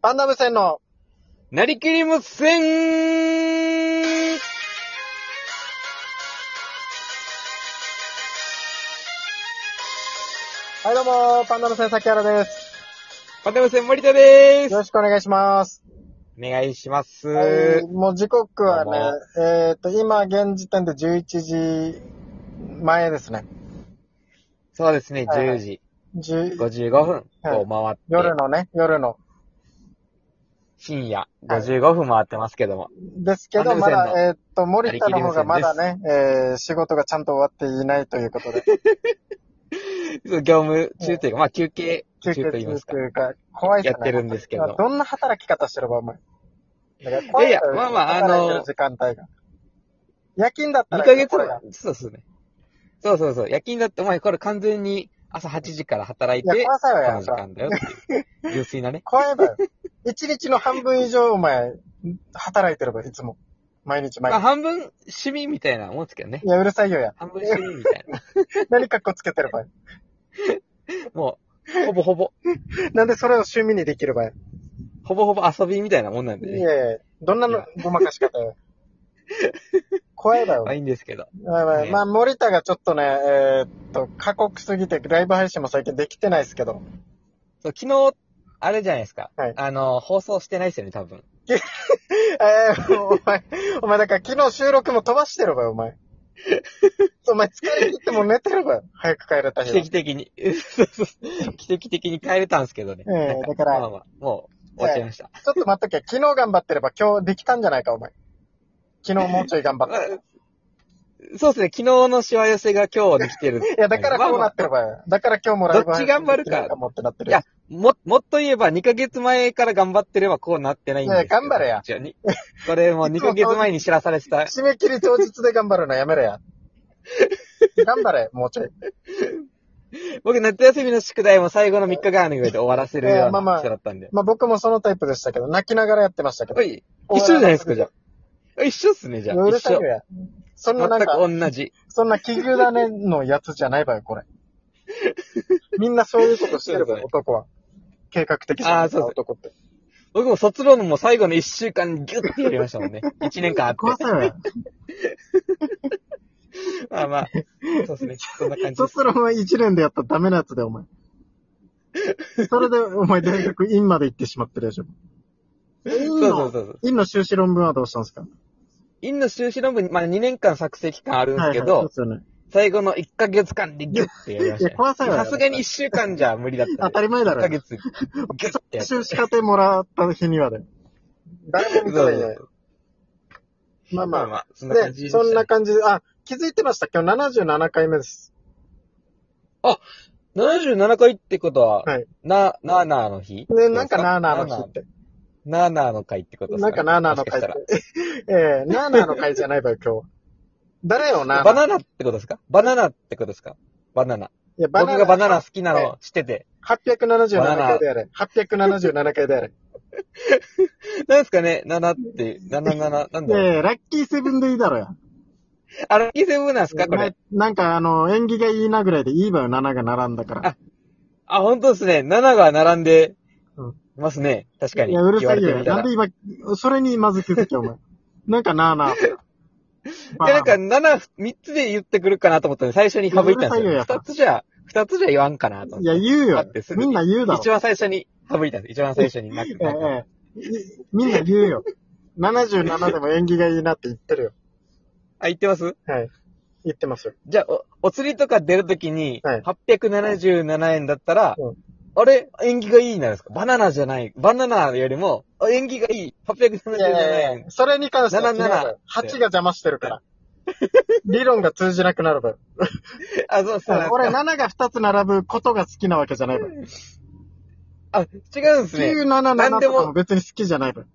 パンダム戦の、なりきり無線はいどうも、パンダム戦崎原です。パテム線森田でーよすろしくお願いします。お願いします。はい、もう時刻はどうね、えっ、と、今現時点で11時前ですね。そうですね、はいはい10時10 55分はいを回って、夜のね、夜の。深夜はい55分回ってますけども。ですけど、パまンダム戦だの、えっ、と、森田の方がまだね、えー仕事がちゃんと終わっていないということで、業務中というか、まあ休憩休中憩と言いま中すかと。いうか、怖いじやゃっなているんですけど。どんな働き方してれば、お前。だからいやいやまあまああの働いてる時間帯が。夜勤だった2ら、ヶ月こ前れが、そうですね。そうそうそう。夜勤だって、お前これ完全に朝8時から働いいや、て、怖さこはやのっ時ぱ。間だよって いう。純粋なね。怖えばよ。一日の半分以上、お前、働いてれば、いつも。毎日毎まあ日。半分趣味みたいなもんですけどねい。や、うるさいよや。半分趣味みたいな。何かっこつけてればよ。もう、ほぼほぼ。なんでそれを趣味にできればよ。ほぼほぼ遊びみたいなもんなんいでやいね。や、どんないのやごまかし方よ。怖えばよまあ。いいんですけど。やばいねまあ、森田がちょっとね、えーっと、過酷すぎて、ライブ配信も最近できてないですけど。そう昨日、あれじゃないですか。はいあの、放送してないですよね、多分。えー、お前、お前、だから昨日収録も飛ばしてればよ、お前。お前、疲れ切ってもう寝てればよ。早く帰れた日奇は。跡的に。 そうそうそう奇跡的に帰れたんですけどね。ええなんだからまあまあ、もう、終わっちゃいました。ちょっと待っとけ。昨日頑張ってれば今日できたんじゃないか、お前。昨日もうちょい頑張っまあて。そうですね、昨日のしわ寄せが今日できて る。いや、だからこうなってればよ、だから今日もライブどっち頑張るか配信できもってなってるいやも、もっと言えば、2ヶ月前から頑張ってればこうなってないんですけどいや頑張れや一応に。これもう2ヶ 月前に知らされてた。締め切り当日で頑張るのやめろ や。頑張れ、もうちょい。僕、夏休みの宿題も最後の3日間ぐらいで終わらせるよいやうまあまあな人だったんで。まあ僕もそのタイプでしたけど、泣きながらやってましたけど。おいい、一緒じゃないですか、じゃあ。一緒っすね、じゃやうあ。る一さい緒よ。や。そんな全なんくか、同じ。そんな奇遇だねのやつじゃないばよ、これ。みんなそういうことしてる そばうですよ、ね男は。計画的あさーそうです男って。僕も卒論も最後の一週間にギュッてやりましたもんね。 一年間あって。怖さよや。まあまあ、そうですね。そんな感じです。卒論は1年でやったらダメなやつだよ、お前。それで、お前大学院まで行ってしまってるでしょ。院そうのそうそうそう。院の修士論文はどうしたんですか院の修士論文、まあ2年間作成期間あるんですけど、はいはい、そうですよね。最最後の1ヶ月間でギュッてやりましいやた、怖ね。さよさすがに1週間じゃ無理だった当んで。たり前だ1ろヶ。月、ギュッてやって。修士課程もらった日にはだよ。誰も見てないそうよ。まあままああ。まあ、そんな感じで、でしたそね、んな感じで、あ、気づいてました。今日77回目です。 77回ってことは、はいな、なーなーの日ね、なんかナーナーの日って。なーなーの会ってことですかなんねかナーナーのも会しっかしたらて。ええ、ナーナーの会じゃないばよ、今日は。誰よ、ナーナー。バナナってことですかバナナってことですかバナナ。いや、バ僕ナがバナ。ナナ好きなはの知ってて。 877回でやれ。877回でやれ。なんですかね ?7 って、77、な んだろう。ええ、ラッキーセブンでいいだろや。あれ、キセブなんですかこれ。ななんかあの、縁起がいいなぐらいでいいわよ、7が並んだから。あ、本当ですね。7が並んでうんますね。確かに。いや、うるさい言わよ。れてみたなんらでい今、それにまず気づけ、お前。なんかなあな あ。バナや、なんかナ7、3つで言ってくるかなと思ったんで、最初に省いたんですうるさいよよ。やっぱ2つじゃ、2つじゃ言わんかなと思っいて。や、言うだよってす。ぐみんな言うだろ一。番最初に省いたんです。一番最初になく ええなんか、ええいみんな言うよ。77でも縁起がいいなって言ってるよ。あ、言ってますはい。言ってますよ。じゃあ、お、お釣りとか出るときに、はい877円だったら、うんあれ縁起がいいなんですかバナナじゃない。バナナよりも、あ縁起がいい。877円。いやいやいや、それに関しては違うのよ、8 77が邪魔してる から。理論が通じなくなる分。あ、そうそう。俺7が2つ並ぶことが好きなわけじゃない分。あ、違うんですね。 977何でとかもも別に好きじゃない分。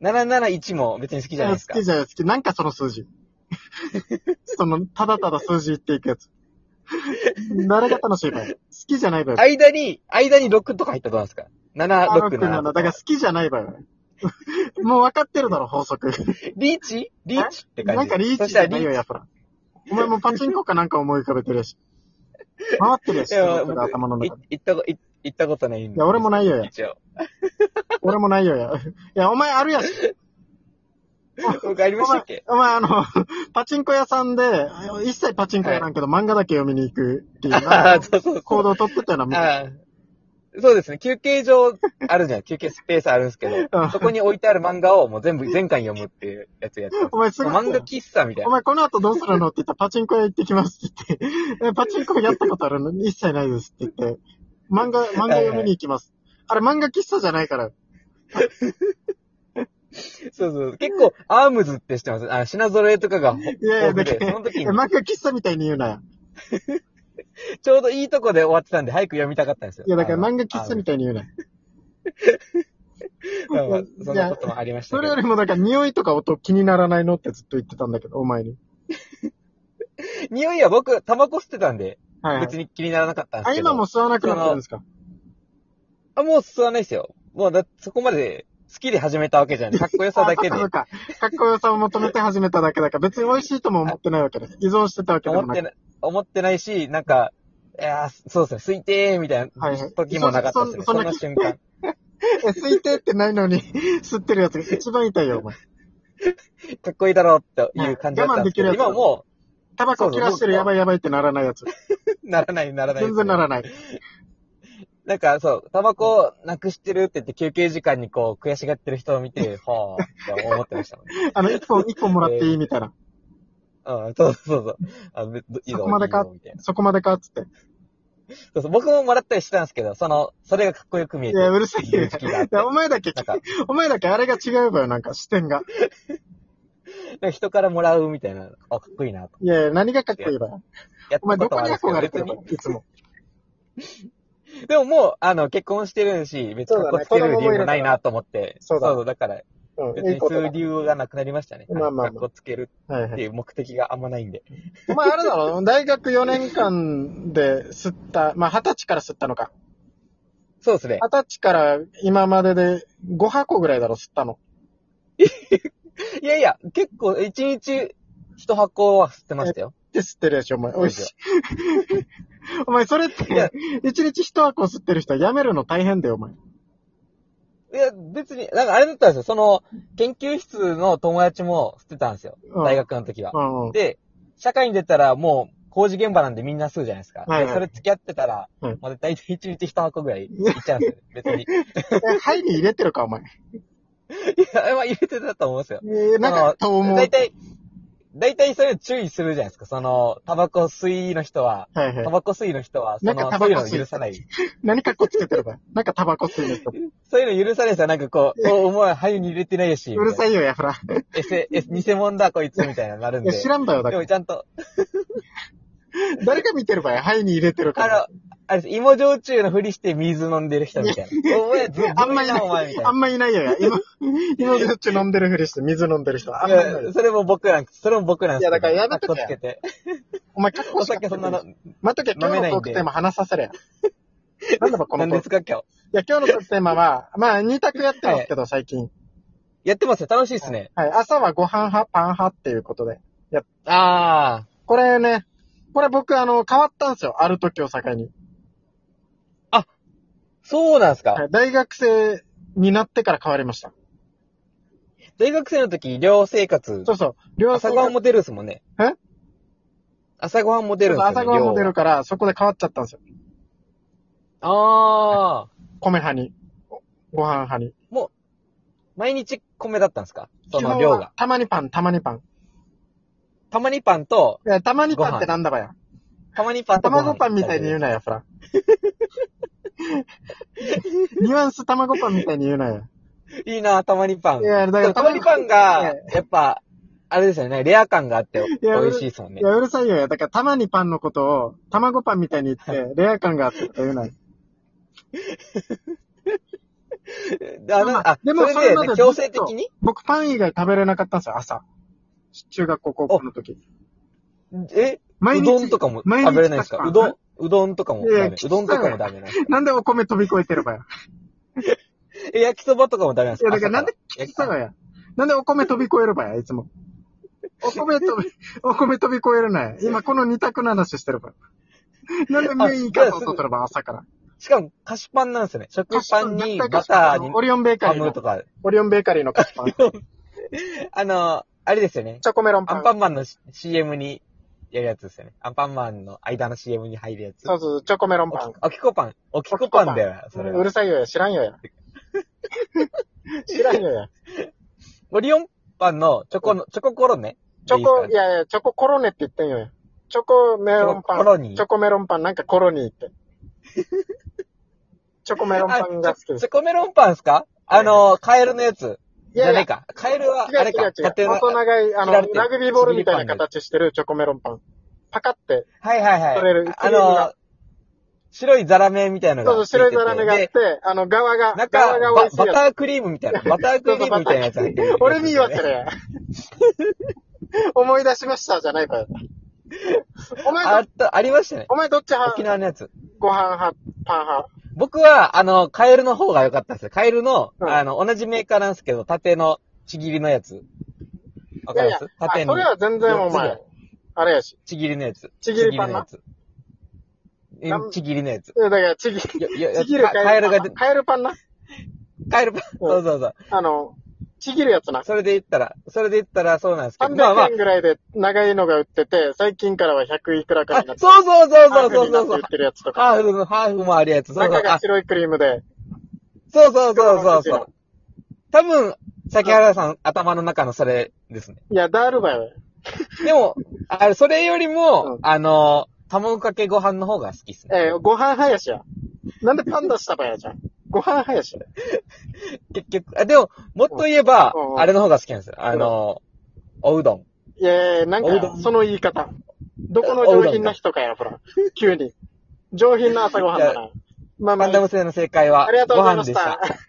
771も別に好きじゃないですか。好きじゃない、好き。なんかその数 字。その、ただただ数字言っていくやつ。誰が楽しいばよ。好きじゃないばよ。間に、間に6とか入ったらどうなんですか ?7、6、 767だ7とかから好きじゃないばよ。もう分かってるだろ、法則。リーチリーチって感じ。なんかリーチそしじたゃらなリいよ、ーやっぱ。お前もパチンコかなんか思い浮かべてるし。回ってるやし、チ。いや、頭の僕中で。い行ったこ、い行ったことないん で。いや、俺もないよ、や。一応。俺もないよや。いや、お前あるやし。僕ありまおした前っけ、お前あの、 パチンコ屋さんで、一切パチンコやらんけど、漫画だけ読みに行くっていう あなあ、そうそうそう。行動をとってたよな、昔ああそうですね。休憩所あるじゃん。休 憩スペースあるんですけうど、んそこに置いてある漫画をもう全部、全巻読むっていうやつやってますお前すぐ、漫画喫茶みたいおな。前この後どうするのって言ったらパチンコ屋行ってきますって言って、えパチンコやったことあるの一切ないですって言って、漫画、漫画読みに行きます。あれ漫画喫茶じゃないから。そうそう。結構、アームズって知ってます。あ品揃えとかがほいやいや、豊だ富けで、ど、えその時に漫画喫茶みたいに言うなよ。ちょうどいいとこで終わってたんで、早く読みたかったんですよ。いや、だからあの漫画喫茶みたいに言うなよ。まあ まあいやそんなこともありましたそけれよど。りもだから匂いとか音気にならないのってずっと言ってたんだけど、お前に。匂いは僕、タバコ吸ってたんで、はい、はい別に気にならなかったんあ、ですけど。今も吸わなくなってるんですかあ、もう吸わないですよ。もうだ、そこまで好きで始めたわけじゃない。かっこよさだけで あ。そうかそうか。かっこよさを求めて始めただけだから、別に美味しいとも思ってないわけです。依存してたわけでも思っなてく。な、思ってないし、なんか、いやーそうですね、吸いてーみたいはいはない時もなかったですね。そそそんな瞬間。え、吸いてってないのに、 吸ってるやつが一番痛いよ、お前。かっこいいだろうっていう感じだったんですけど、我慢できるやつ今はもタバコ切らしてるそうそうやばいやばいってならないやつ。う、ならない、ならないです全ね、然ならない。なんか、そう、タバコなくしてるって言って休憩時間にこう、悔しがってる人を見て、はぁ、って思ってましたもんね。あの、一本、一本もらっていいみたいな。うん、そうそうそう。あの、いいぞ、そこまでかいいぞみたいなそこまでかっつって。そうそう。僕ももらったりしてたんですけど、その、それがかっこよく見えいて。や、うるさいよ。い時期があってやお前だけなん、か、お前だけあれが違うわよ、なんか視点が。なんか人からもらうみたいな、あ、かっこいいな、と。いやいや、何がかっこいいわよ。やったお前どこことはあにるんですけ憧ど、れて別るのに。いつも。でももう、あの、結婚してるし、別にかっこつける理由もないなと思って。そうだそうそう、だから、う別ん、いいにことそうだいう理由がなくなりましたね。まあまあまあかっこつけるはいはいっていう目的があんまないんで。お前あれだろ大学4年間で吸った、まあ20歳から吸ったのか。そうですね。 20歳から今までで5箱ぐらいだろ、吸ったの。いやいや、結構、一日、一箱は吸ってましたよ。って吸ってるでしょ、お前。そうおいですよしい。 お前、それっいやて、一日一箱吸ってる人はやめるの大変だよ、お前。いや、別に、なんかあれだったんですよ。その、研究室の友達も吸ってたんですよ。うん大学の時は。うんうん。で、社会に出たらもう、工事現場なんでみんな吸うじゃないですか。はいはいでそれ付き合ってたら、うんまあ、大体一日一箱ぐらいいっちゃうんですよ。別 に。い え、肺に入れてるか、お前。や、まあ、入れてたと思うんですよ。えー、なんか、と思う。は大い体、大体そういうの注意するじゃないですか。その、タバコ吸いの人は、はいタ。バコ吸いの人は、そなんの、かタそバうコい吸いうの許さない。何かっこつけてるか。なんかタバコ吸いの人。そういうの許さないですよ。なんかこう、おお前、肺に入れてないし。うるさいよ、やふら。いみたいな。S、S、偽物だ、こいつ、みたいなのなるんで。や、知らんだよ、だでかもちゃんと、ら。誰が見てるばよ、肺に入れてるから。あの、あれです、芋焼酎のふりして水飲んでる人みたいな。お前、ずっあんまいお前なみいたい、あな。んまいないよ、や。今、今しょっちゅう飲んでるふりして、水飲んでる人。あんいまいないよや、。それも僕なんです。それも僕なんですけど。いやだからやめとけかっこつけ て。お前、かっこおしかっ酒たそんなの、待っとけ、今日のトークテーマ話させ れや。なんだば、この何トーでク。すか、今日。いや、今日のトークテーマ は、まあ、二択やってますけど、最近。やってますよ。楽しいですね。はい。朝はご飯派、パン派っていうことで。あこれね、これ僕、あの、変わったんですよ。ある時を境に。ー、そうなんですか。はい、大学生になってから変わりました。大学生の時、寮生活そ、うそう。両朝ごはんも出るっすもんね。え朝ごはんも出そるうんそうすよ、ね。朝ごはんも出寮るから、そこで変わっちゃったんですよ。ああ、米派に、ご飯派に。毎日米だったんですかその基本量はが。たまにパン、たまにパン。たまにパンと、いや、たまにパンってなんだばや。たまにパンとご飯卵パンみたいに言うなよ、そら。ニュアンス卵パンみたいに言うなよ。いいな、たまにパン。いやだからでもたまにパンがえ、やっぱ、あれですよね、レア感があって美味しいですもんねい。や、うるさいよや。だから、たまにパンのことを、卵パンみたいに言って、レア感があってって言うなよ。あの、あ、ででももそそれれまでずで、っとね、強制的に僕、パン以外食べれなかったんですよ、朝。中学校、高校の時。え毎う日どんとかも毎日食べれないですか確うかどん、うどんとかもいやいダメや。うどんとかもダメなんですかなんでお米飛び越えてるばよ。え、焼きそばとかもダメなんですいかやだからなんで朝ら焼きさがや。なんでお米飛び越えるばや、いつも。お米飛 び、お米飛び越えるなや。今、この二択の話してるばよ。なんでメイン行かそうとするば、朝から。しかも菓子パンなんですよね。食パンにバターにオリオンベーカハリームのと、か。オリオンベーカリーの菓子 パン。チあの、あれですよね。ョコメロンパアンン。パンマンの CM にやるやつですよね。アンパンマンの間の CM に入るやつ。そうそうそう、チョコメロンパン。おきこパン。おきこパンだよ、それうは。るさいよや、知らんよや。知らん よや。オリオンパンのチョコの、チョココロネチョコ、でいやいや、チョココロネって言ってんよや。チョコメロンパン。チョココロニーチョコメロンパン、なんかコロニーって。チョコメロンパンが好きあでチす。ョコメロンパンですかあの、カエルのやつ。いじやいゃねやえ、か。カエルは、違うあれか。違う違う。細は長い、あの、切られてるラグビーボールみたいな形してるチョコメロンパン。パカって。いはい取れるはい。あの、白いザラメみたいなのそうそう、が白ついてて。いザラメがあってで、あの、側 が、中、側が美バ味しいバやタークリームみたいな。バタークリームみたいなやつ入ってつ。。る俺に言わせれや。思い出しました、じゃないから。お前どあっ、た、ありましたね。お前どっち派沖縄のやつ。ご飯派、パン派。僕は、あの、カエルの方が良かったです。カエルの、うんあの、同じメーカーなんですけど、縦のちぎりのやつ。わいやいかりまやす、あ縦にそれは全然お四つ前、あれやし。ちぎりのやつ。ちぎりパンなちぎりなのんやつ。うんちぎりのやつ。いやだから、ちぎ、よよちぎるかカエルがパン、カエルパンな。カエルパン、そうそうそう。あの、ちぎるやつな。それで言ったら、それで言ったらそうなんですけど、まあま300あ円、ぐらいで長いのが売ってて、最近からは100いくらかあになっ、て、そうそうそうそうそうハーフになっそうて売ってるやつとか。ハーフの、ハーフもあるやつ。そうそう中。があ白いクリームで、そうそうそうそう黒その生地う。多分、崎原さん頭の中のそれですね。いや、ダールバよ。でも、あれ、それよりうもん、あの、卵かけご飯の方が好きっすね。えー、ご飯林や。なんでパン出したばやじゃん。ご飯林や。結局、あ、でも、もっと言えばうんう、んあれの方が好きなんですよ。あの、おうどん。いやいや、なんおうどか、んその言い方。どこの上品な人かや、 ほら。急に。上品な朝ごはんだいな。まあまパあンダム星の正解は、ありがとうごござい飯までししたた。。